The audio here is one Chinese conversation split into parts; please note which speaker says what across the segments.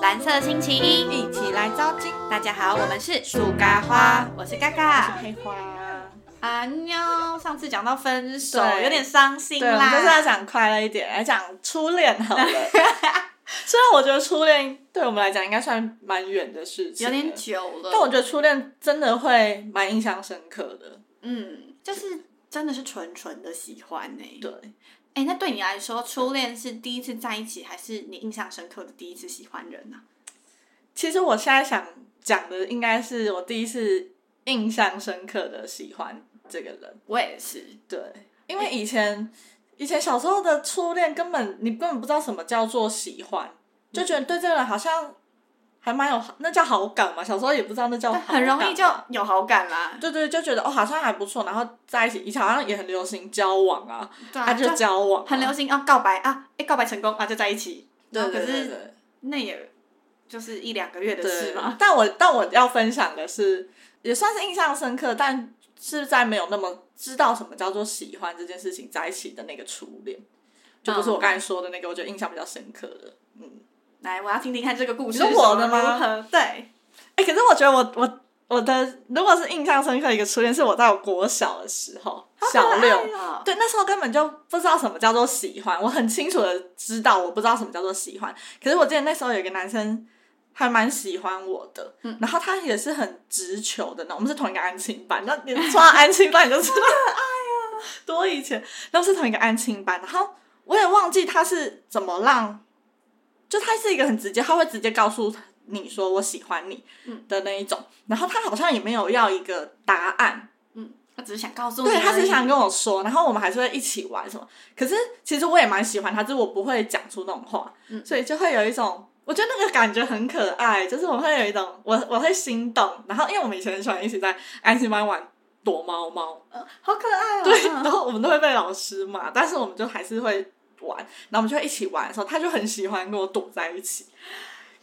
Speaker 1: 蓝色星期一，
Speaker 2: 一起来招金，
Speaker 1: 大家好，我们是树嘎花，我是嘎
Speaker 2: 我
Speaker 1: 嘎
Speaker 2: 是。黑花。
Speaker 1: 啊妞，上次讲到分手，
Speaker 2: 对
Speaker 1: 有点伤心
Speaker 2: 对，我们
Speaker 1: 啦。
Speaker 2: 这次要讲快乐一点，来讲初恋好了。虽然我觉得初恋对我们来讲应该算蛮远的事情，
Speaker 1: 有点，久了，
Speaker 2: 但我觉得初恋真的会蛮印象深刻的。
Speaker 1: 嗯，就是真的是纯纯的喜欢呢、
Speaker 2: 对，
Speaker 1: 哎、那对你来说，初恋是第一次在一起，还是你印象深刻的第一次喜欢人呢、啊
Speaker 2: 其实我现在想讲的应该是我第一次印象深刻的喜欢这个人。
Speaker 1: 我也是，
Speaker 2: 对，因为以前以前小时候的初恋根本你根本不知道什么叫做喜欢，就觉得对这个人好像还蛮有那叫好感嘛，小时候也不知道那叫好
Speaker 1: 但
Speaker 2: 感
Speaker 1: 很容易就有好感啦。
Speaker 2: 对对，就觉得哦好像还不错，然后在一起，以前好像也很流行交往啊，
Speaker 1: 对
Speaker 2: 啊
Speaker 1: 啊，
Speaker 2: 就交往啊、
Speaker 1: 很流行啊，告白啊，哎、告白成功啊，就在一起。
Speaker 2: 对对对
Speaker 1: 可
Speaker 2: 对
Speaker 1: 是那也就是一两个月的
Speaker 2: 对
Speaker 1: 事嘛。
Speaker 2: 但我但我要分享的是，也算是印象深刻，但是在没有那么知道什么叫做喜欢这件事情在一起的那个初恋，就不是
Speaker 1: 嗯
Speaker 2: 我刚才说的那个，我觉得印象比较深刻的。嗯，
Speaker 1: 来，我要听听看这个故事。
Speaker 2: 你说我的吗
Speaker 1: 如何？对，
Speaker 2: 哎、可是我觉得我我我的如果是印象深刻的一个初恋，是我在我国小的时候，小六。
Speaker 1: 好可爱哦
Speaker 2: 对，那时候根本就不知道什么叫做喜欢，我很清楚的知道我不知道什么叫做喜欢。可是我记得那时候有一个男生还蛮喜欢我的，
Speaker 1: 嗯
Speaker 2: 然后他也是很直球的呢。我们是同一个安亲班，那你说到安亲班你就知道，哎呀，
Speaker 1: 啊
Speaker 2: 多以前，然后是同一个安亲班，然后我也忘记他是怎么让，就他是一个很直接，他会直接告诉你说我喜欢你
Speaker 1: 嗯
Speaker 2: 的那一种，然后他好像也没有要一个答案。
Speaker 1: 嗯，他只是想告诉你而已，
Speaker 2: 对他只是
Speaker 1: 嗯
Speaker 2: 想跟我说，然后我们还是会一起玩什么。可是其实我也蛮喜欢他，只是我不会讲出那种话，
Speaker 1: 嗯
Speaker 2: 所以就会有一种，我觉得那个感觉很可爱，就是我会有一种，我我会心动。然后因为我们以前很喜欢一起在安心班玩躲猫猫，
Speaker 1: 呃，好可爱哦。
Speaker 2: 对，
Speaker 1: 嗯
Speaker 2: 然后我们都会被老师骂，但是我们就还是会玩，然后我们就会一起玩的时候，他就很喜欢跟我躲在一起。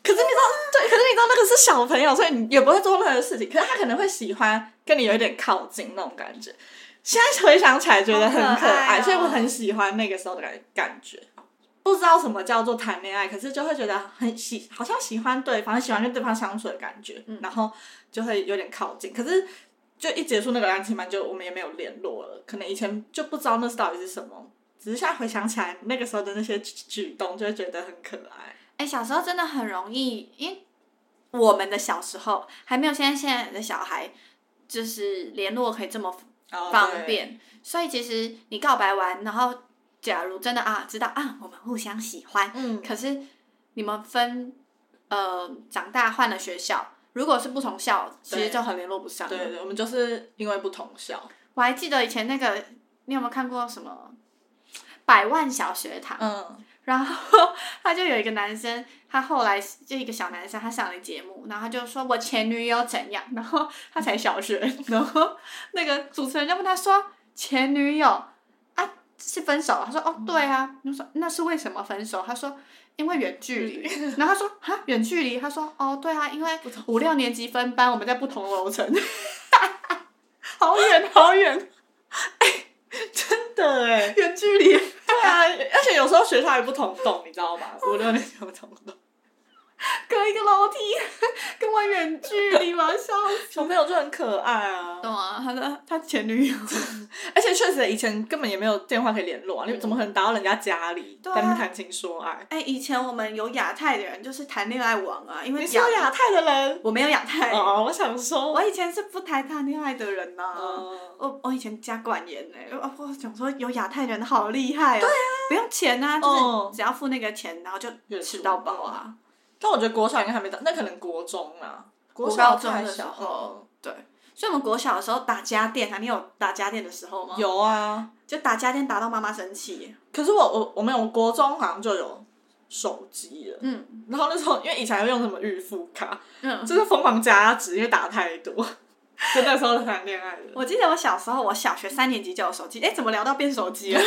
Speaker 2: 可是你知道，对，可是你知道那个是小朋友，所以你也不会做任何事情。可是他可能会喜欢跟你有一点靠近那种感觉。现在回想起来觉得很
Speaker 1: 好可
Speaker 2: 可
Speaker 1: 爱
Speaker 2: 爱，
Speaker 1: 哦
Speaker 2: 所以我很喜欢那个时候的感感觉。不知道什么叫做谈恋爱，可是就会觉得很喜，好像喜欢对方，喜欢跟对方相处的感觉，
Speaker 1: 嗯
Speaker 2: 然后就会有点靠近。可是就一结束那个感情班，就我们也没有联络了。可能以前就不知道那是到底是什么，只是现在回想起来那个时候的那些举举动，就会觉得很可爱。
Speaker 1: 哎、小时候真的很容易，因为我们的小时候还没有现在现在的小孩，就是联络可以这么
Speaker 2: 哦
Speaker 1: 方便，所以其实你告白完，然后假如真的啊知道啊我们互相喜欢，
Speaker 2: 嗯，
Speaker 1: 可是你们分呃长大换了学校，如果是不同校，其实
Speaker 2: 对
Speaker 1: 就很联络不上了。
Speaker 2: 对对，我们就是因为不同校，
Speaker 1: 我还记得以前那个，你有没有看过什么百万小学堂？
Speaker 2: 嗯，
Speaker 1: 然后 他就有一个男生，他后来就一个小男生，他上了节目，然后他就说我前女友怎样，然后他才小学，然后那个主持人就问他说前女友啊是分手啊，他说哦对啊，你说那是为什么分手？他说因为远距离，然后他说啊远距离，他说哦对啊，因为
Speaker 2: 不同
Speaker 1: 五六年级分班，我们在不同楼层， 啊
Speaker 2: 好远好远， 哎、真的哎、
Speaker 1: 远距离，
Speaker 2: 对啊，而且有时候学校也不同栋，你知道吗？五六年级不同栋，
Speaker 1: 隔一个楼梯，跟我远距离嘛，笑死。
Speaker 2: 小朋友就很可爱啊。
Speaker 1: 懂啊，他的他前女友。
Speaker 2: 而且确实以前根本也没有电话可以联络啊，你怎么可能打到人家家里，
Speaker 1: 对啊
Speaker 2: 在那边谈情说爱？
Speaker 1: 哎、以前我们有亚太的人就是谈恋爱王啊，因为
Speaker 2: 你说
Speaker 1: 亚
Speaker 2: 亚太的人
Speaker 1: 我没有亚太，
Speaker 2: 哦，我想说，
Speaker 1: 我以前是不谈谈恋爱的人呐、
Speaker 2: 哦
Speaker 1: 我我以前加管严呢、我我想说有亚太人好厉害哦、对啊，不用钱啊，就
Speaker 2: 哦
Speaker 1: 是只要付那个钱，然后就
Speaker 2: 月初
Speaker 1: 吃到饱啊。
Speaker 2: 但我觉得国小应该还没到，那可能国中啊，国
Speaker 1: 我
Speaker 2: 小
Speaker 1: 高中
Speaker 2: 太
Speaker 1: 的时
Speaker 2: 小
Speaker 1: 候，对，所以我们国小的时候打家电啊，你有打家电的时候吗？
Speaker 2: 嗯，有啊。
Speaker 1: 就打家电打到妈妈生气。
Speaker 2: 可是我我我没有，我国中好像就有手机了。
Speaker 1: 嗯
Speaker 2: 然后那时候因为以前还会用什么预付卡，
Speaker 1: 嗯，
Speaker 2: 就是疯狂加值，因为打太多。 就那时候谈恋爱的，
Speaker 1: 我记得我小时候，我小学三年级就有手机，哎、怎么聊到变手机了？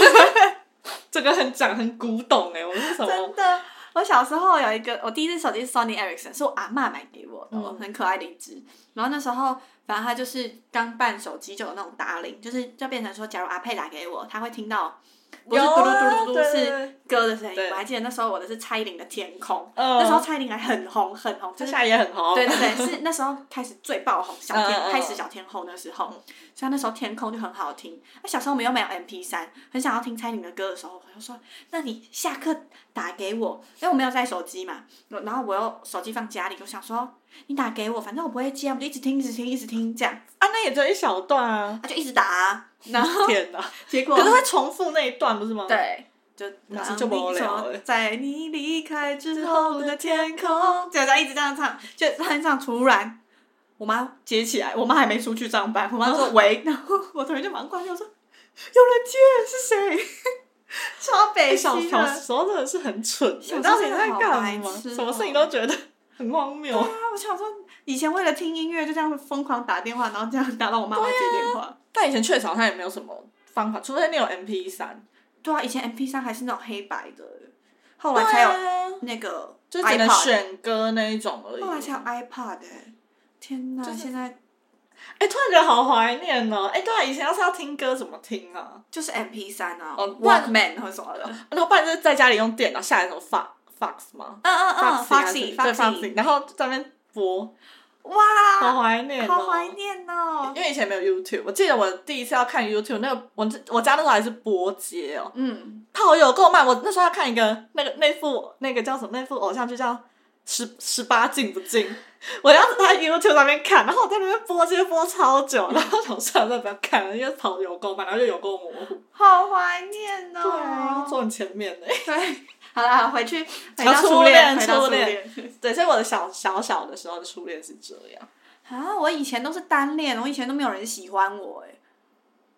Speaker 2: 这个很讲很古董哎、我是什么
Speaker 1: 真的，我小时候有一个，我第一只手机是 Sony Ericsson，是我阿嬷买给我的，
Speaker 2: 嗯
Speaker 1: 很可爱的一只。然后那时候，反正它就是刚办手机就有那种打铃，就是就变成说，假如阿佩打给我，他会听到不是
Speaker 2: 有
Speaker 1: 嘟噜
Speaker 2: 啊
Speaker 1: 嘟噜嘟
Speaker 2: 对
Speaker 1: 噜，
Speaker 2: 对
Speaker 1: 是歌的声音。
Speaker 2: 对
Speaker 1: 我还记得那时候我的是蔡依林的《天空》，
Speaker 2: 嗯
Speaker 1: 那时候蔡依林还很红很红，
Speaker 2: 这
Speaker 1: 就是
Speaker 2: 下也很红，
Speaker 1: 对对对，是那时候开始最爆红，小
Speaker 2: 哦嗯嗯嗯
Speaker 1: 天开始小天后那时候，所以那时候天空就很好听。那小时候我们又没有 M P 三，很想要听蔡依林的歌的时候，我就说：“那你下课打给我，因为我没有带手机嘛。”然后我又手机放家里，我想说：“你打给我，反正我不会接啊，我就一直听，一直听，一直听这样。
Speaker 2: 啊，那也只有一小段啊”，
Speaker 1: 他就一直打、啊，然后
Speaker 2: 天哪！
Speaker 1: 结果
Speaker 2: 可是会重复那一段不是吗？，
Speaker 1: 对。就
Speaker 2: 那是就无聊了
Speaker 1: 在你离开之后的天空，就在一直这样唱，就很唱。突然，我妈接起来，我妈还没出去上班，我妈说喂，然后我同学就忙挂掉说有人接，是谁？超
Speaker 2: 哎，
Speaker 1: 北
Speaker 2: 小
Speaker 1: 小
Speaker 2: 小
Speaker 1: 的。
Speaker 2: 时候真的是很蠢
Speaker 1: 小时
Speaker 2: 的，
Speaker 1: 候
Speaker 2: 到底
Speaker 1: 真的
Speaker 2: 在
Speaker 1: 好
Speaker 2: 干
Speaker 1: 白
Speaker 2: 嘛？
Speaker 1: 痴
Speaker 2: 什么
Speaker 1: 哦
Speaker 2: 事情都觉得很荒谬。
Speaker 1: 啊！我想说，以前为了听音乐就这样疯狂打电话，然后这样打到我妈妈接电话。
Speaker 2: 但以前确实好像也没有什么方法，除非你有 MP 三，
Speaker 1: 对啊，以前 M P 三还是那种黑白的，后
Speaker 2: 对
Speaker 1: 来才有
Speaker 2: 啊，
Speaker 1: 那个 iPod，
Speaker 2: 就只能选歌那一种而已。
Speaker 1: 后来才有 iPad 欸。天哪！
Speaker 2: 就是
Speaker 1: 现在
Speaker 2: 哎、突然觉得好怀念哦！哎、对啊，以前要是要听歌怎么听啊？
Speaker 1: 就是 M P 三啊、
Speaker 2: 哦
Speaker 1: w a l k m a n 或什么的。嗯
Speaker 2: 然后不然就是在家里用电脑下载什么 Fox Fox 吗
Speaker 1: 嗯
Speaker 2: ？Foxy 还是对
Speaker 1: Foxy，Foxy，
Speaker 2: Foxy，然后在那边播，
Speaker 1: 哇，
Speaker 2: 好怀念、哦，
Speaker 1: 啊好怀念哦。
Speaker 2: 因为以前没有 YouTube，我记得我第一次要看 YouTube，那个我我家那时候还是波街哦，
Speaker 1: 嗯，
Speaker 2: 它好有够慢。我那时候要看一个那个那副那个叫什么那副偶像剧叫十十八禁不禁，我要在 YouTube 上面看，然后我在那边播街播超久，然后想算了，不要看了，因为跑有够慢，然后又有够模糊。
Speaker 1: 好怀念哦。
Speaker 2: 对啊，坐很前面的。
Speaker 1: 对， 好啦，好回去回
Speaker 2: 啊
Speaker 1: 到
Speaker 2: 初
Speaker 1: 初
Speaker 2: 恋
Speaker 1: 恋，回到
Speaker 2: 初
Speaker 1: 初
Speaker 2: 恋
Speaker 1: 恋。
Speaker 2: 对，所以我的小小小的时候的初恋是这样。
Speaker 1: 啊，我以前都是单恋，我以前都没有人喜欢我哎，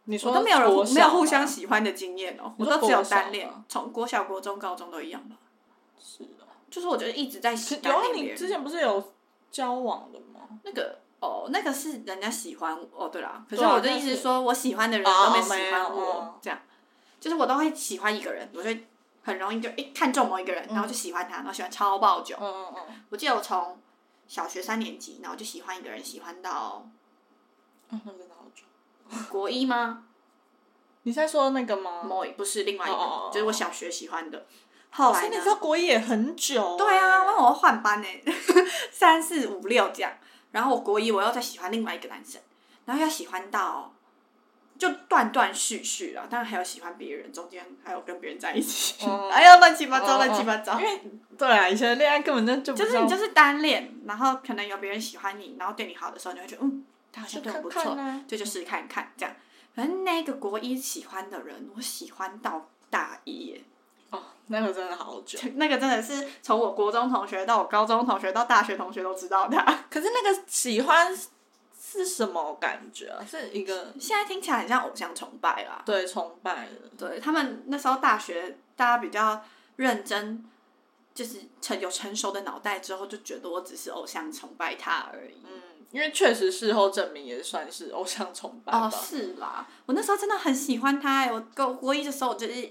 Speaker 2: 你说
Speaker 1: 我都没有人互
Speaker 2: 国小
Speaker 1: 没有互
Speaker 2: 吗
Speaker 1: 相喜欢的经验哦，
Speaker 2: 你
Speaker 1: 我
Speaker 2: 说
Speaker 1: 都只有
Speaker 2: 国小啊
Speaker 1: 单恋
Speaker 2: 吗，
Speaker 1: 从国小、国中、高中都一样吧。
Speaker 2: 是哦
Speaker 1: 就是我觉得一直在喜
Speaker 2: 有啊
Speaker 1: 单，恋别
Speaker 2: 你
Speaker 1: 人
Speaker 2: 之前不是有交往的吗？
Speaker 1: 那个哦，那个是人家喜欢我哦，对啦。可是
Speaker 2: 对啊
Speaker 1: 我的
Speaker 2: 但
Speaker 1: 意思
Speaker 2: 是
Speaker 1: 是说，我喜欢的人
Speaker 2: 哦
Speaker 1: 都没喜
Speaker 2: 没有
Speaker 1: 欢
Speaker 2: 哦
Speaker 1: 我，这样，就是我都会喜欢一个人，我就会很容易就一看中某一个人，然后就喜欢他，然后喜欢超爆久。
Speaker 2: 嗯嗯嗯
Speaker 1: 我记得我从小学三年级，然后就喜欢一个人，喜欢到
Speaker 2: 嗯，那真的好久。
Speaker 1: 国一 吗？
Speaker 2: 你在说那个吗？
Speaker 1: 某一不是另外一
Speaker 2: 哦哦哦
Speaker 1: 个
Speaker 2: 哦，
Speaker 1: 就是我小学喜欢的。后
Speaker 2: 所
Speaker 1: 来
Speaker 2: 以
Speaker 1: 呢
Speaker 2: 你知？道国一也很久。
Speaker 1: 对啊，因为我换班呢， 三四五六这样。然后我国一我又再喜欢另外一个男生，然后要喜欢到就断断续续了，当然还有喜欢别人，中间还有跟别人在一起，
Speaker 2: 哦
Speaker 1: 哎呀乱七八
Speaker 2: 哦
Speaker 1: 糟，
Speaker 2: 哦
Speaker 1: 乱七八糟
Speaker 2: 因。为对啊，以前的恋爱根本就就
Speaker 1: 就
Speaker 2: 不知
Speaker 1: 是
Speaker 2: 道
Speaker 1: 你就是单恋，然后可能有别人喜欢你，然后对你好的时候，你会觉得嗯，他好像对我不
Speaker 2: 就看
Speaker 1: 错
Speaker 2: 看啊，
Speaker 1: 对，就试试看看这样。反正那个国一喜欢的人，我喜欢到大一耶，
Speaker 2: 哦，那个真的好久。
Speaker 1: 那个真的是从我国中同学到我高中同学到大学同学都知道他。
Speaker 2: 啊可是那个喜欢是什么感觉啊？是一个
Speaker 1: 现在听起来很像偶像崇拜啦。
Speaker 2: 对崇拜的，
Speaker 1: 对他们那时候大学，大家比较认真，就是成有成熟的脑袋之后，就觉得我只是偶像崇拜他而已。
Speaker 2: 嗯，因为确实事后证明也算是偶像崇拜吧
Speaker 1: 哦，。是啦，我那时候真的很喜欢他、欸。我高国一的时候，我就是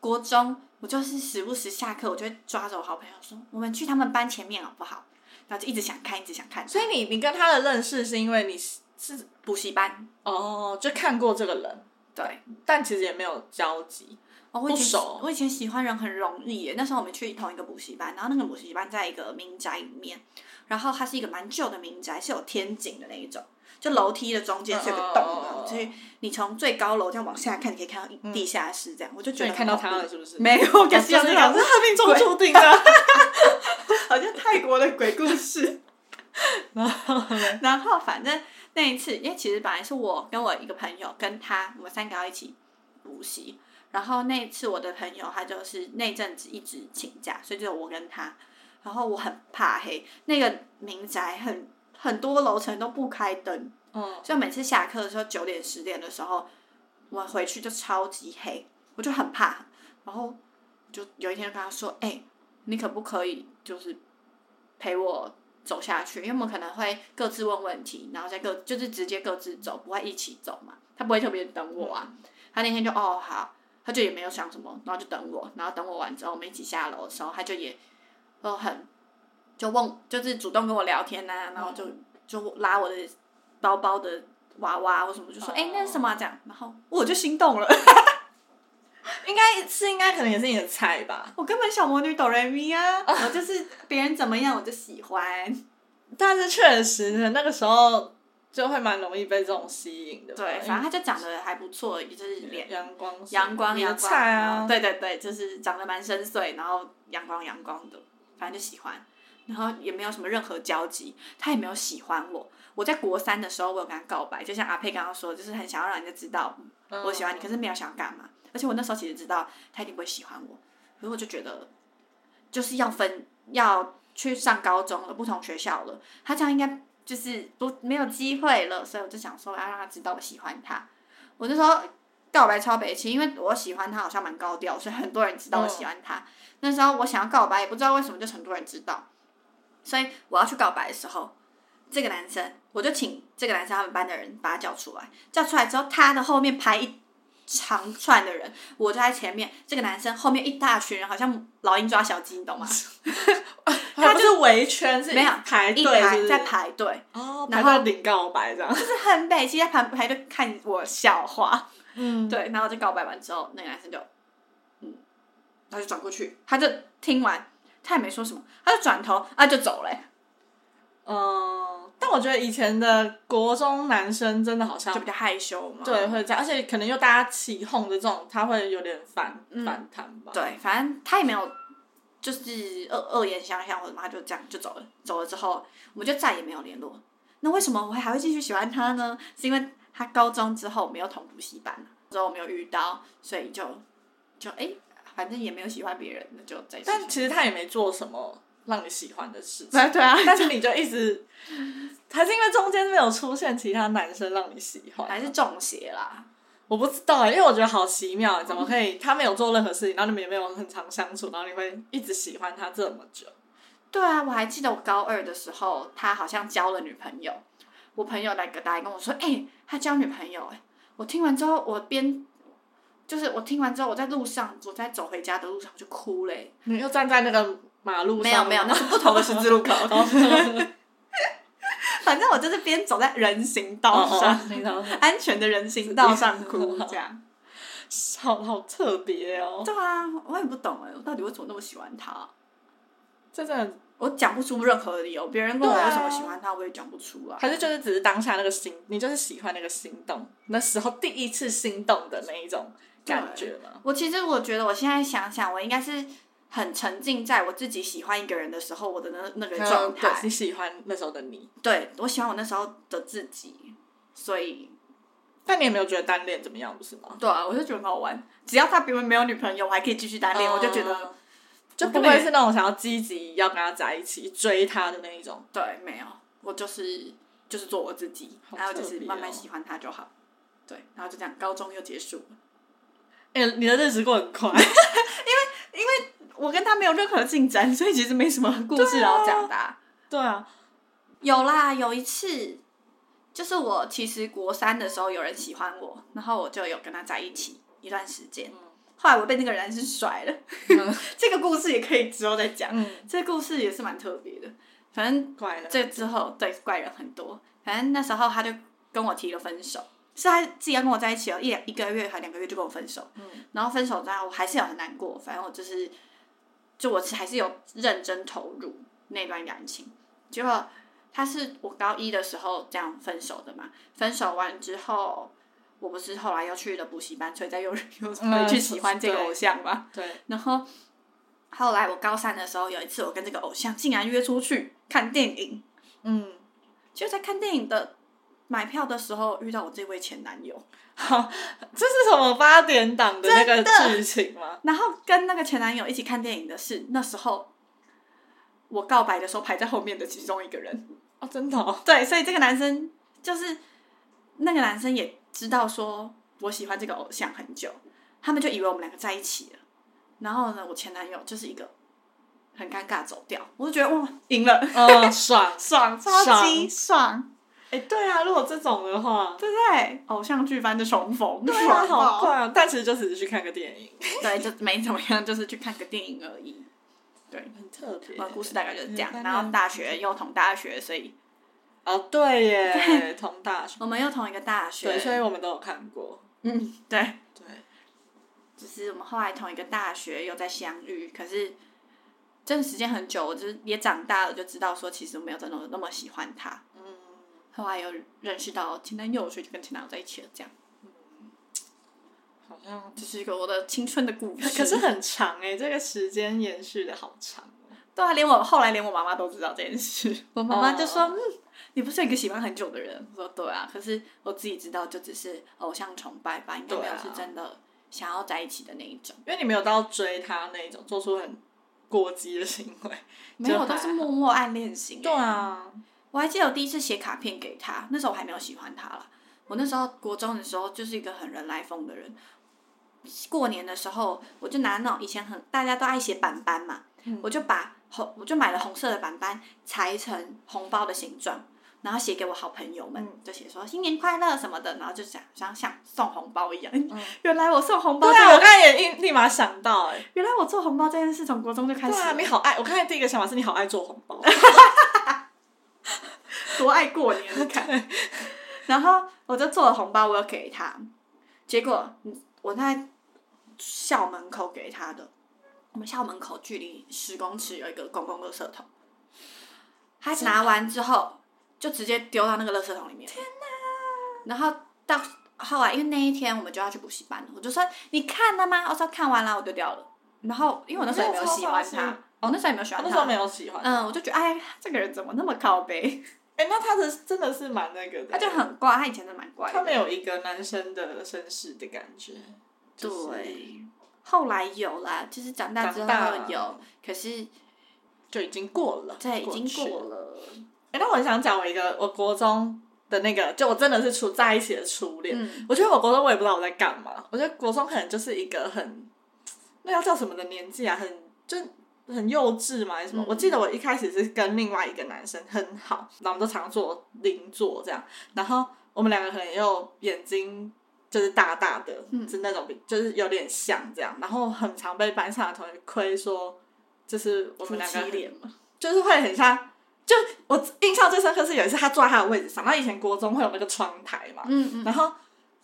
Speaker 1: 国中，我就是时不时下课，我就会抓着我好朋友说，我们去他们班前面好不好？然后就一直想看，一直想看。
Speaker 2: 所以你你跟他的认识是因为你是是
Speaker 1: 补习班，
Speaker 2: 哦，就看过这个人，
Speaker 1: 对，
Speaker 2: 但其实也没有交集。
Speaker 1: 哦，我以前
Speaker 2: 不熟
Speaker 1: 我以前喜欢人很容易耶。那时候我们去同一个补习班，然后那个补习班在一个民宅里面，然后它是一个蛮旧的民宅，是有天井的那一种，就楼梯的中间是有个洞，
Speaker 2: 嗯
Speaker 1: 然后所以你从最高楼这样往下看，你可以看到地下室这样，我就觉
Speaker 2: 就
Speaker 1: 得
Speaker 2: 你看
Speaker 1: 很
Speaker 2: 到
Speaker 1: 恐
Speaker 2: 他了
Speaker 1: 怖
Speaker 2: 是不是？
Speaker 1: 没有？感谢
Speaker 2: 哦
Speaker 1: 那
Speaker 2: 是
Speaker 1: 个
Speaker 2: 啊，是他命中注定的。
Speaker 1: 好像泰国的鬼故事。
Speaker 2: 然后嘞
Speaker 1: 然后反正那一次，因为其实本来是我跟我一个朋友跟他，我们三个要一起补习。然后那一次我的朋友他就是那阵子一直请假，所以就我跟他。然后我很怕黑，那个民宅很很多楼层都不开灯，
Speaker 2: 嗯，
Speaker 1: 所以每次下课的时候九点十点的时候，我回去就超级黑，我就很怕。然后就有一天就跟他说：“哎、你可不可以就是陪我走下去？因为我们可能会各自问问题，然后再各就是直接各自走，不会一起走嘛。他不会特别等我啊。他那天就哦好，他就也没有想什么，然后就等我，然后等我完之后，我们一起下楼的时候，他就也都很就问，就是主动跟我聊天呐、啊然后就就拉我的包包的娃娃或什么，就说
Speaker 2: 哦
Speaker 1: 哎、诶那是什么啊、这样，然后我就心动了。
Speaker 2: 应该是应该可能也是你的菜吧。
Speaker 1: 我根本小魔女哆来咪啊，我就是别人怎么样我就喜 欢。
Speaker 2: 但是确实呢，那个时候就会蛮容易被这种吸引的吧。
Speaker 1: 对，反正他就长得还不错，就是
Speaker 2: 因为
Speaker 1: 脸
Speaker 2: 阳光是
Speaker 1: 阳光
Speaker 2: 你的
Speaker 1: 阳光
Speaker 2: 菜
Speaker 1: 然后
Speaker 2: 啊，
Speaker 1: 对对对，就是长得蛮深邃，然后阳光阳光的，反正就喜欢，然后也没有什么任何交集，他也没有喜欢我。我在国三的时候，我有跟他告白，就像阿佩刚刚说，就是很想要让人家知道
Speaker 2: 嗯
Speaker 1: 我喜欢你，可是没有想要干嘛。而且我那时候其实知道他一定不会喜欢我，可是我就觉得就是要分，要去上高中了，不同学校了，他这样应该就是不没有机会了，所以我就想说我要啊让他知道我喜欢他。我那时候告白超北气，因为我喜欢他好像蛮高调，所以很多人知道我喜欢他。那时候我想要告白，也不知道为什么，就是很多人知道。所以我要去告白的时候，这个男生我就请这个男生他们班的人把他叫出来，叫出来之后，他的后面排一长串的人，我就在前面，这个男生后面一大群人，好像老鹰抓小鸡，你懂吗？
Speaker 2: 嗯他就是围圈是
Speaker 1: 没有
Speaker 2: 排
Speaker 1: 一
Speaker 2: 队是不
Speaker 1: 排
Speaker 2: 是
Speaker 1: 在排队，
Speaker 2: 哦，
Speaker 1: 然
Speaker 2: 排
Speaker 1: 后
Speaker 2: 到领告白这样。
Speaker 1: 就是很北西在排排队看我笑话。
Speaker 2: 嗯，
Speaker 1: 对，然后就告白完之后，那个男生就，嗯，他就转过去，他就听完，他也没说什么，他就转头啊就走了、欸
Speaker 2: 嗯，但我觉得以前的国中男生真的好像嗯
Speaker 1: 就比较害羞嘛。
Speaker 2: 对会这样，而且可能又大家起哄的这种，他会有点反、
Speaker 1: 嗯
Speaker 2: 反弹吧。
Speaker 1: 对，反正他也没有就是恶恶言相向或者什么，他就这样就走了。走了之后，我们就再也没有联络。那为什么我还会继续喜欢他呢？是因为他高中之后没有同补习班，啊之后没有遇到，所以就就哎、反正也没有喜欢别人，那就再一起
Speaker 2: 但其实他也没做什么让你喜欢的 事情，
Speaker 1: 对对啊，
Speaker 2: 但是你就一直，还是因为中间没有出现其他男生让你喜欢，
Speaker 1: 还是中邪啦。
Speaker 2: 我不知道欸，因为我觉得好奇妙，欸
Speaker 1: 嗯
Speaker 2: 怎么可以他没有做任何事情，然后你们也没有很常相处，然后你会一直喜欢他这么久？
Speaker 1: 对啊，我还记得我高二的时候，他好像交了女朋友。我朋友来个打来跟我说：“哎、他交女朋友。”哎，我听完之后，我边就是我听完之后，我在路上，我在走回家的路上我就哭嘞、
Speaker 2: 你又站在那个马路上，哦
Speaker 1: 没有没有，那是不同的十字路口。 反正我就是边走在人行
Speaker 2: 哦
Speaker 1: 道上，
Speaker 2: 你知道吗
Speaker 1: 安全的人行道上 哭这样。
Speaker 2: 好好特别哦，
Speaker 1: 对啊，我也不懂哎、我到底为什么那么喜欢他？啊
Speaker 2: 这真的
Speaker 1: 我讲不出任何理由，别人问我
Speaker 2: 对啊
Speaker 1: 为什么喜欢他，我也讲不出啊来。
Speaker 2: 还是就是只是当下那个心，你就是喜欢那个心动，那时候第一次心动的那一种感觉嘛。
Speaker 1: 我其实我觉得，我现在想想，我应该是很沉浸在我自己喜欢一个人的时候，我的那那个状
Speaker 2: 对
Speaker 1: 态。
Speaker 2: 你喜欢那时候的你，
Speaker 1: 嗯对我喜欢我那时候的自己，所以
Speaker 2: 但你也没有觉得单恋怎么样，不是吗？
Speaker 1: 对啊，我就觉得很好玩。只要他别人没有女朋友，我还可以继续单恋，我就觉得
Speaker 2: 嗯就
Speaker 1: 我
Speaker 2: 不
Speaker 1: 根本
Speaker 2: 会是那种想要积极要跟他在一起追他的那一种。
Speaker 1: 对，没有，我就是就是做我自己，
Speaker 2: 好
Speaker 1: 然后就
Speaker 2: 特
Speaker 1: 是
Speaker 2: 别
Speaker 1: 慢慢
Speaker 2: 哦
Speaker 1: 喜欢他就好。对，然后就这样，高中又结束了。
Speaker 2: 哎、你的日子过得很快，
Speaker 1: 我跟他没有任何竞争，所以其实没什么故事要讲的啊、
Speaker 2: 对啊，
Speaker 1: 有啦，有一次，就是我其实国三的时候有人喜欢我，然后我就有跟他在一起一段时间。后来我被那个人是甩了， 这个故事也可以之后再讲。
Speaker 2: 嗯，
Speaker 1: 这个故事也是蛮特别的，反正
Speaker 2: 快乐。
Speaker 1: 这之后，对怪人很多。反正那时候他就跟我提了分手，是他自己要跟我在一起哦了一两一个月还两个月就跟我分手。嗯，然后分手之后我还是有很难过，反正我就是，就我还是有认真投入那段感情。结果他是我高一的时候这样分手的嘛，分手完之后。我不是后来又去了补习班，所以再又 又回去喜欢这个偶像嘛。
Speaker 2: 嗯对，
Speaker 1: 然后后来我高三的时候，有一次我跟这个偶像竟然约出去看电影，
Speaker 2: 嗯，
Speaker 1: 就在看电影的买票的时候遇到我这位前男友，
Speaker 2: 这是什么八点档的那个剧情吗？
Speaker 1: 然后跟那个前男友一起看电影的是那时候我告白的时候排在后面的其中一个人。
Speaker 2: 哦，真的、 哦，
Speaker 1: 对，所以这个男生就是那个男生也知道说我喜欢这个偶像很久，他们就以为我们两个在一起了。然后呢，我前男友就是一个很尴尬走掉，我就觉得哇赢了，
Speaker 2: 嗯，爽。
Speaker 1: 爽，超
Speaker 2: 爽
Speaker 1: 级爽，
Speaker 2: 哎、对啊，如果这种的话，
Speaker 1: 对不对？偶像剧般的重逢，
Speaker 2: 对啊，
Speaker 1: 爽
Speaker 2: 好
Speaker 1: 爆
Speaker 2: 快啊！但其实就只是去看个电影，
Speaker 1: 对，就没怎么样， 就是去看个电影而已。
Speaker 2: 很特别
Speaker 1: 我的故事大概就是这样。
Speaker 2: 嗯
Speaker 1: 然后大学又同大学，所以
Speaker 2: 哦，对耶，同大学，
Speaker 1: 我们又同一个大学。
Speaker 2: 对，所以我们都有看过。
Speaker 1: 嗯，对，
Speaker 2: 对，
Speaker 1: 就是我们后来同一个大学又在相遇，可是真的时间很久，我就是也长大了，就知道说其实我没有真的那么喜欢他。
Speaker 2: 嗯，
Speaker 1: 后来又认识到前男友，所以就跟前男友在一起了。这样，
Speaker 2: 好像。
Speaker 1: 这是一个我的青春的故事。
Speaker 2: 可是很长哎、这个时间延续的好长哦。
Speaker 1: 对啊，连我后来连我妈妈都知道这件事。我妈妈就说：“
Speaker 2: 哦
Speaker 1: 嗯，你不是一个喜欢很久的人。”我说：“对啊，可是我自己知道，就只是偶像崇拜吧，应该没
Speaker 2: 对
Speaker 1: 有
Speaker 2: 啊
Speaker 1: 是真的想要在一起的那一种。
Speaker 2: 因为你没有到追他那一种，做出很过激的行为。
Speaker 1: 没有，我都是默默暗恋型。
Speaker 2: 对，啊，
Speaker 1: 我还记得我第一次写卡片给他，那时候我还没有喜欢他啦。我那时候国中的时候就是一个很人来疯的人。过年的时候，我就拿那种以前很大家都爱写板板嘛，
Speaker 2: 嗯
Speaker 1: 我就把红我就买了红色的板板，裁成红包的形状，然后写给我好朋友们，
Speaker 2: 嗯
Speaker 1: 就写说新年快乐什么的，然后就想像像送红包一样。
Speaker 2: 嗯
Speaker 1: 原来我送红包
Speaker 2: 对
Speaker 1: 这
Speaker 2: 啊，
Speaker 1: 个，
Speaker 2: 我刚才也立立马想到哎、
Speaker 1: 原来我做红包这件事从国中就开
Speaker 2: 对
Speaker 1: 始了，
Speaker 2: 啊，你好爱，我刚才第一个想法是你好爱做红包。
Speaker 1: 多爱过年，你 看。然后我就做了红包，我有给他，结果嗯我在校门口给他的，我们校门口距离十公尺有一个公共垃圾桶，他拿完之后就直接丢到那个垃圾桶里面。天哪！然后到后来，因为那一天我们就要去补习班了，我就说你看了吗？我说看完了，我就掉了。然后因为我那时候也没有喜欢
Speaker 2: 你那时候超
Speaker 1: 他，哦，那时候也没有喜
Speaker 2: 我
Speaker 1: 欢
Speaker 2: 那时候
Speaker 1: 他。
Speaker 2: 没有喜欢，
Speaker 1: 嗯，我就觉得哎，这个人怎么那么靠背？
Speaker 2: 哎、那他的真的是蛮那个的，
Speaker 1: 他就很怪，他以前真的蛮怪
Speaker 2: 他
Speaker 1: 的。
Speaker 2: 没有一个男生的绅士的感觉，就是、
Speaker 1: 对，后来有啦，就是长大之
Speaker 2: 长大
Speaker 1: 后有，可是
Speaker 2: 就已经过了，
Speaker 1: 这已经
Speaker 2: 去
Speaker 1: 过了。
Speaker 2: 哎、那我很想讲我一个我国中的那个，就我真的是初在一起的初恋。
Speaker 1: 嗯
Speaker 2: 我觉得我国中我也不知道我在干嘛，我觉得国中可能就是一个很那要叫什么的年纪啊，很就很幼稚嘛，还是什么？
Speaker 1: 嗯
Speaker 2: 我记得我一开始是跟另外一个男生很好，然后我们都常坐邻座这样，然后我们两个可能又眼睛。就是大大的，
Speaker 1: 嗯
Speaker 2: 是那种比就是有点像这样，然后很常被班上的同学亏说，就是我们两个
Speaker 1: 夫妻
Speaker 2: 很
Speaker 1: 脸嘛，
Speaker 2: 就是会很像。就我印象最深刻是有一次他坐在他的位置上，然后以前国中会有那个窗台嘛，
Speaker 1: 嗯
Speaker 2: 然后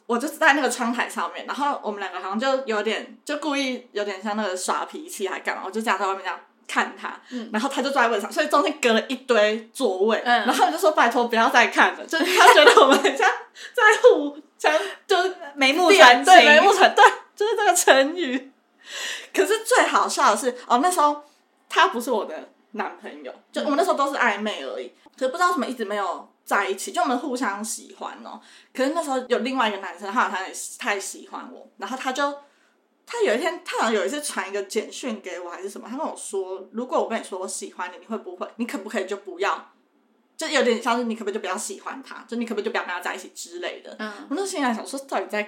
Speaker 2: 我就在那个窗台上面，然后我们两个好像就有点就故意有点像那个耍脾气还干嘛，我就这样在外面这样看他，
Speaker 1: 嗯
Speaker 2: 然后他就坐在位置上，所以中间隔了一堆座位，
Speaker 1: 嗯
Speaker 2: 然后我就说拜托不要再看了，就是他觉得我们很像 在互相就是
Speaker 1: 嗯，眉目
Speaker 2: 对
Speaker 1: 传情，
Speaker 2: 对，眉目传对，就是这个成语。 可是最好笑的是，哦，那时候他不是我的男朋友，就我们那时候都是暧昧而已，可是不知道为什么一直没有在一起，就我们互相喜欢哦。可是那时候有另外一个男生，他好像也他也喜欢我，然后他就。他有一天，他好像有一次传一个简讯给我还是什么，他跟我说，如果我跟你说我喜欢你，你会不会，你可不可以就不要，就有点像是你可不可以就不要喜欢他，就你可不可以就不要跟他在一起之类的。
Speaker 1: 嗯，
Speaker 2: 我那时候心里还想说，到底在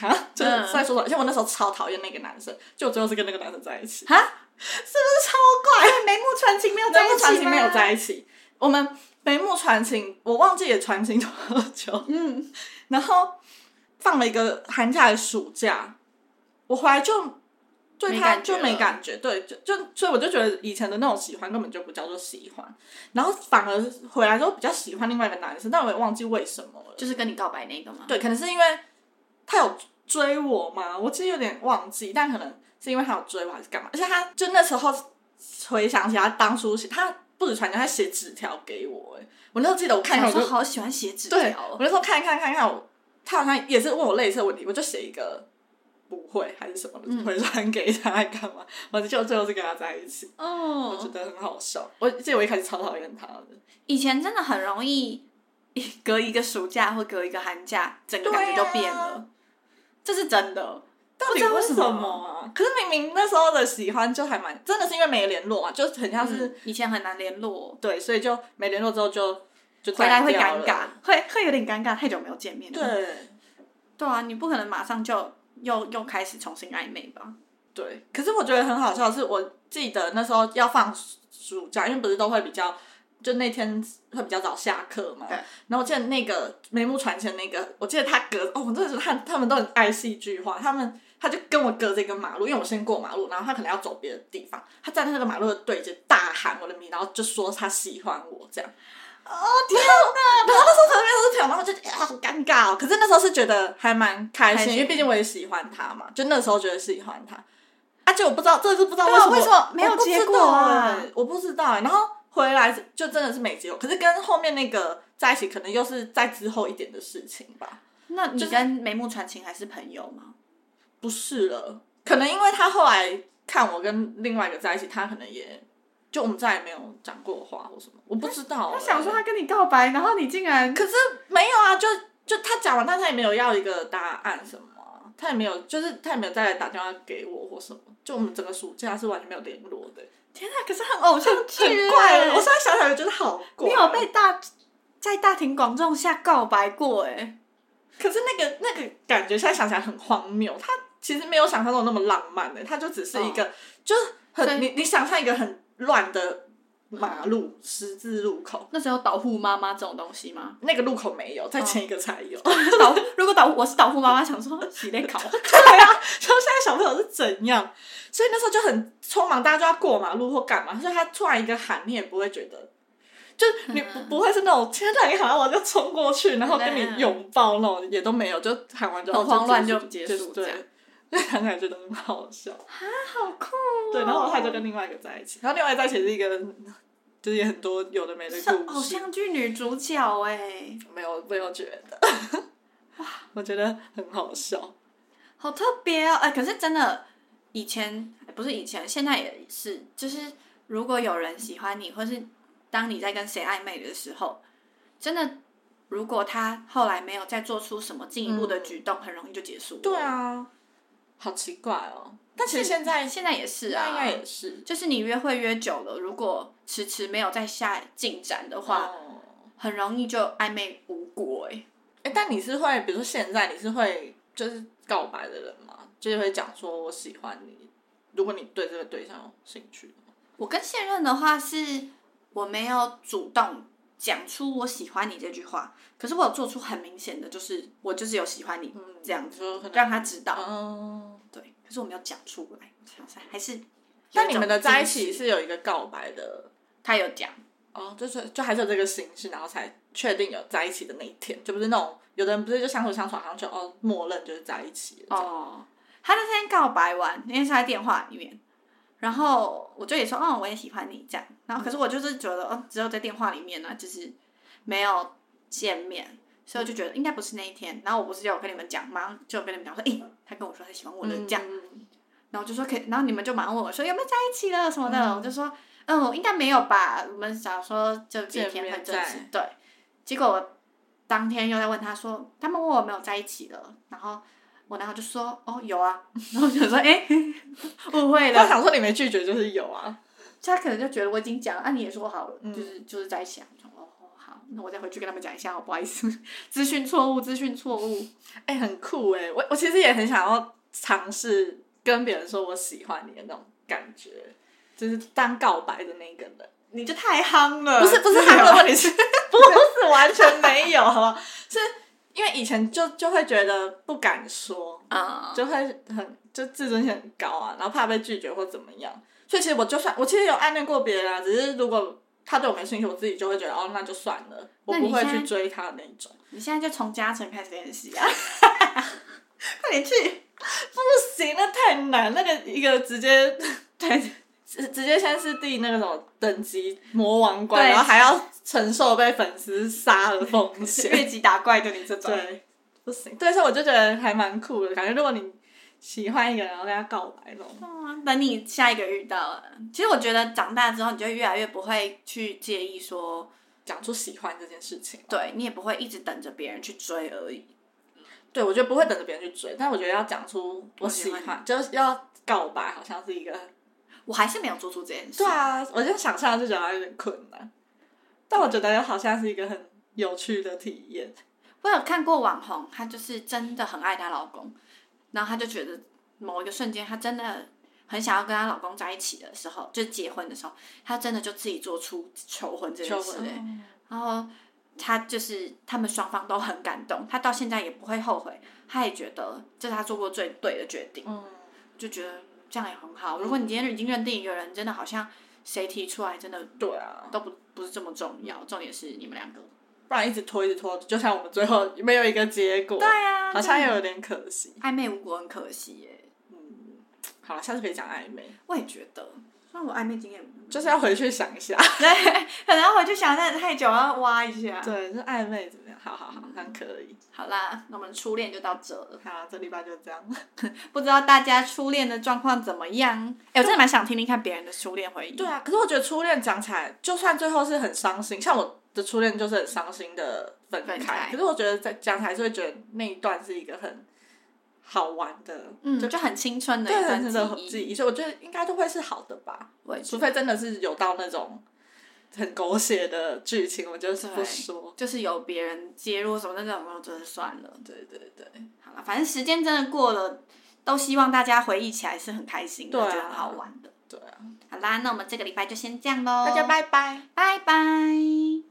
Speaker 2: 啊， 就是在说什么？而且我那时候超讨厌那个男生，就我最后是跟那个男生在一起，
Speaker 1: 哈，
Speaker 2: 是不是超怪？
Speaker 1: 眉目传情没有
Speaker 2: 眉目传情没有
Speaker 1: 一
Speaker 2: 在一起，我们眉目传情，我忘记也传情多久，
Speaker 1: 起，嗯，
Speaker 2: 然后放了一个寒假的暑假，我回来就。对
Speaker 1: 没
Speaker 2: 他
Speaker 1: 感觉
Speaker 2: 就没
Speaker 1: 了
Speaker 2: 感觉，对，就就所以我就觉得以前的那种喜欢根本就不叫做喜欢，然后反而回来之后比较喜欢另外一个男生，但我也忘记为什么了。
Speaker 1: 就是跟你告白那个嘛，
Speaker 2: 对，可能是因为他有追我嘛，我其实有点忘记，但可能是因为他有追我还是干嘛。而且他就那时候回想起他当初写，他不止传单，他写纸条给我、欸。我那时候记得我看一看
Speaker 1: 小
Speaker 2: 我
Speaker 1: 时
Speaker 2: 就
Speaker 1: 候好喜欢写纸
Speaker 2: 对，
Speaker 1: 条
Speaker 2: 我
Speaker 1: 哦，
Speaker 2: 那时候看一看看一看我，他好像也是问我类似的问题，我就写一个不会还是什么的
Speaker 1: 嗯
Speaker 2: 回传给他还干嘛，我就最后是跟他在一起，我觉
Speaker 1: 哦，
Speaker 2: 得很好笑。我记得我一开始超讨厌他的，
Speaker 1: 以前真的很容易隔一个暑假或隔一个寒假，整个
Speaker 2: 对
Speaker 1: 感觉就
Speaker 2: 啊嗯
Speaker 1: 变了，这是真的。
Speaker 2: 到底为什么啊？可是明明那时候的喜欢就还蛮，真的是因为没联络嘛，就很像是、
Speaker 1: 嗯以前很难联络，
Speaker 2: 对，所以就没联络之后就就
Speaker 1: 回来会
Speaker 2: 断掉
Speaker 1: 尴
Speaker 2: 了
Speaker 1: 尬。，会会有点尴尬，太久没有见面了。
Speaker 2: 对
Speaker 1: 对啊，你不可能马上就又又开始重新暧昧吧？
Speaker 2: 对，可是我觉得很好笑的是，我记得那时候要放暑假，因为不是都会比较。就那天会比较早下课嘛
Speaker 1: 对，
Speaker 2: 然后我记得那个眉目传情那个，我记得他隔哦，我真的是他他们都很爱戏剧化，他们他就跟我隔着一个马路，因为我先过马路，然后他可能要走别的地方，他站在那个马路的对着大喊我的名，然后就说他喜欢我这样，
Speaker 1: 啊、哦天哪！
Speaker 2: 然后那时候才认识朋友，然后就觉得、哎好尴尬哦。可是那时候是觉得还蛮开
Speaker 1: 开
Speaker 2: 心，
Speaker 1: 心
Speaker 2: 因为毕竟我也喜欢他嘛，就那时候觉得喜欢他。而啊且我不知道，这是不知道
Speaker 1: 对啊
Speaker 2: 么
Speaker 1: 为什么没有
Speaker 2: 我不知
Speaker 1: 结果啊
Speaker 2: 道哎我不知道哎。然后回来就真的是没结果，可是跟后面那个在一起，可能又是在之后一点的事情吧。
Speaker 1: 那你
Speaker 2: 就是
Speaker 1: 跟眉目传情还是朋友吗？
Speaker 2: 不是了，可能因为他后来看我跟另外一个在一起，他可能也就我们再也没有讲过话或什么，我不知道。
Speaker 1: 他想说，他跟你告白，然后你竟然
Speaker 2: 可是没有啊，就就他讲完，但他也没有要一个答案什么啊、他也没有，就是他也没有再来打电话给我或什么，就我们整个暑假是完全没有联络的，欸
Speaker 1: 天哪！啊可是很偶像剧
Speaker 2: 很怪
Speaker 1: 欸
Speaker 2: 哦。我现在想想也觉得好怪。
Speaker 1: 你有被？大在大庭广众下告白过哎、
Speaker 2: 可是那个那个感觉，现在想起来很荒谬。他其实没有想象中那么浪漫欸的、他就只是一个，就是
Speaker 1: 嗯所以
Speaker 2: 很你你想象一个很乱的马路十字路口，
Speaker 1: 那时候导护妈妈这种东西 吗？
Speaker 2: 那个路口没有，在前一个才有。
Speaker 1: 导如果导护我是导护妈妈，想说洗内考，
Speaker 2: 对啊，就现在小朋友是怎样？所以那时候就很匆忙，大家就要过马路或干嘛，所以他突然一个喊，你也不会觉得，就是你不、
Speaker 1: 嗯
Speaker 2: 不会是那种天哪，你喊我就冲过去，然后跟
Speaker 1: 嗯
Speaker 2: 你拥抱那种，也都没有，就喊完就
Speaker 1: 很慌乱就
Speaker 2: 结
Speaker 1: 结束
Speaker 2: 束，
Speaker 1: 这
Speaker 2: 对
Speaker 1: 样，
Speaker 2: 就想起来觉得很好笑。
Speaker 1: 好酷、哦
Speaker 2: 对，然后他就跟另外一个在一起，然后另外一个在一起是一个，就是也很多有的没的
Speaker 1: 像
Speaker 2: 故
Speaker 1: 偶
Speaker 2: 事，
Speaker 1: 像剧女主角哎、
Speaker 2: 没有没有觉得， 我觉得很好笑。
Speaker 1: 好特别哦！哎、可是真的，以前哎不是以前，现在也是，就是如果有人喜欢你，或是当你在跟谁暧昧的时候，真的，如果他后来没有再做出什么进一步的举动，很容易就结束。
Speaker 2: 对，啊，好奇怪哦。但其实现在
Speaker 1: 现在也是
Speaker 2: 那
Speaker 1: 啊，
Speaker 2: 应该也是
Speaker 1: 就是你约会约久了，如果迟迟没有再下进展的话，
Speaker 2: 哦
Speaker 1: 很容易就暧昧无果哎、
Speaker 2: 哎、但你是会，比如说现在你是会就是告白的人吗？就是会讲说我喜欢你，如果你对这个对象有兴趣的话
Speaker 1: 我跟现任的话是，我没有主动讲出我喜欢你这句话，可是我有做出很明显的，就是我就是有喜欢你、这样
Speaker 2: 你
Speaker 1: 子，
Speaker 2: 说嗯可能
Speaker 1: 让他知道。
Speaker 2: 嗯，
Speaker 1: 对，可是我没有讲出来，我想想还是有一种矜持。
Speaker 2: 但你们的在一起是有一个告白的
Speaker 1: 他有讲，
Speaker 2: 哦，就是就还是有这个形式，然后才确定有在一起的那一天，就不是那种有的人不是就相处相处，好像就哦默认就是在一起了。
Speaker 1: 哦，他那天告白完，因为是在电话里面，然后我就也说，嗯，我也喜欢你这样。然后可是我就是觉得，哦，只有在电话里面呢、就是没有见面，所以我就觉得应该不是那一天。然后我不是就有跟你们讲，马上就有跟你们讲说，诶、他跟我说他喜欢我的这样。
Speaker 2: 嗯
Speaker 1: 然后我就说可以，然后你们就马上问我说有没有在一起了什么的，我就说嗯，应该没有吧，我们想说就几
Speaker 2: 见
Speaker 1: 天
Speaker 2: 面
Speaker 1: 很正式
Speaker 2: 再，
Speaker 1: 对。结果我当天又在问他说，他们问我有没有在一起了，然后我男友就说哦有啊， 然后我就说哎误会
Speaker 2: 他
Speaker 1: 了，
Speaker 2: 想说你没拒绝就是有啊，
Speaker 1: 他可能就觉得我已经讲了，啊你也说好了，
Speaker 2: 嗯
Speaker 1: 就是就是在想哦好，那我再回去跟他们讲一下，哦不好意思， 资讯错误，资讯错误，
Speaker 2: 哎、很酷哎、我我其实也很想要尝试跟别人说我喜欢你的那种感觉，就是当告白的那个人。
Speaker 1: 你就太憨了，
Speaker 2: 不是不是
Speaker 1: 憨
Speaker 2: 韩 国问题啊是不是完全没有，好吧？ 是因为以前就就会觉得不敢说，
Speaker 1: 啊，
Speaker 2: 就会很就自尊心很高啊，然后怕被拒绝或怎么样。所以其实我就算我其实有暗恋过别人啊，只是如果他对我没兴趣，我自己就会觉得哦那就算了，我
Speaker 1: 那你
Speaker 2: 不会
Speaker 1: 现在
Speaker 2: 去追他的那种。
Speaker 1: 你现在就从加成开始练习啊，快点去。
Speaker 2: 不行，那太难，那个一个直接对。直直接先是递那种等级魔王关，
Speaker 1: 对
Speaker 2: 然后还要承受被粉丝杀的风险。
Speaker 1: 越级打怪就你这种，
Speaker 2: 对，不行。对，所以我就觉得还蛮酷的，感觉如果你喜欢一个人，然后跟他告白那种，
Speaker 1: 嗯等你下一个遇到了，其实我觉得长大之后，你就越来越不会去介意说，
Speaker 2: 讲出喜欢这件事情。
Speaker 1: 对你也不会一直等着别人去追而已。
Speaker 2: 对，我觉得不会等着别人去追，但我觉得要讲出我喜
Speaker 1: 我喜欢
Speaker 2: 欢，就是要告白，好像是一个。
Speaker 1: 我还是没有做出这件事。
Speaker 2: 对，啊，我就想象就觉得有点困难，但我觉得好像是一个很有趣的体验。
Speaker 1: 我有看过网红，她就是真的很爱她老公，然后她就觉得某一个瞬间，她真的很想要跟她老公在一起的时候，就结婚的时候，她真的就自己做出求婚这件
Speaker 2: 求
Speaker 1: 事、
Speaker 2: 婚哦
Speaker 1: 欸，然后他就是他们双方都很感动，他到现在也不会后悔，他也觉得这是他做过最对的决定，
Speaker 2: 嗯，
Speaker 1: 就觉得这样也很好。如果你今天已经认定一个人，真的好像谁提出来真的
Speaker 2: 对啊，
Speaker 1: 都不不是这么重要，重点是你们两个。
Speaker 2: 不然一直拖一直拖，就像我们最后没有一个结果，
Speaker 1: 呀
Speaker 2: 好像也有点可惜。
Speaker 1: 暧昧无果很可惜耶，
Speaker 2: 嗯，好了，下次可以讲暧昧，
Speaker 1: 我也觉得。虽然我暧昧经验，
Speaker 2: 就是要回去想一下。
Speaker 1: 对， 可能要回去想的太久，要挖一下。
Speaker 2: 对，就暧昧怎么样？好好好，那可以。
Speaker 1: 好啦，那我们初恋就到这 了。
Speaker 2: 好，这礼拜就这样。
Speaker 1: 不知道大家初恋的状况怎么样？哎，我真的蛮想听听看别人的初恋回忆。
Speaker 2: 对啊，可是我觉得初恋讲起来，就算最后是很伤心，像我的初恋就是很伤心的分开，
Speaker 1: 分开
Speaker 2: 可是我觉得在讲起来是会觉得那一段是一个很好玩的，
Speaker 1: 嗯，
Speaker 2: 就
Speaker 1: 就很青春的
Speaker 2: 对
Speaker 1: 一
Speaker 2: 很值
Speaker 1: 段
Speaker 2: 得
Speaker 1: 记忆。
Speaker 2: 记忆，所以我觉得应该都会是好的吧，
Speaker 1: 我也觉
Speaker 2: 除
Speaker 1: 得
Speaker 2: 非真的是有到那种很狗血的剧情，我就是不
Speaker 1: 对
Speaker 2: 说。
Speaker 1: 就是有别人介入什么的那种，我真的算了。
Speaker 2: 对对对，
Speaker 1: 好了，反正时间真的过了，都希望大家回忆起来是很开心的，
Speaker 2: 对啊
Speaker 1: 觉得很好玩的。
Speaker 2: 对啊，
Speaker 1: 好啦，那我们这个礼拜就先这样喽，
Speaker 2: 大家，拜拜。
Speaker 1: 拜拜。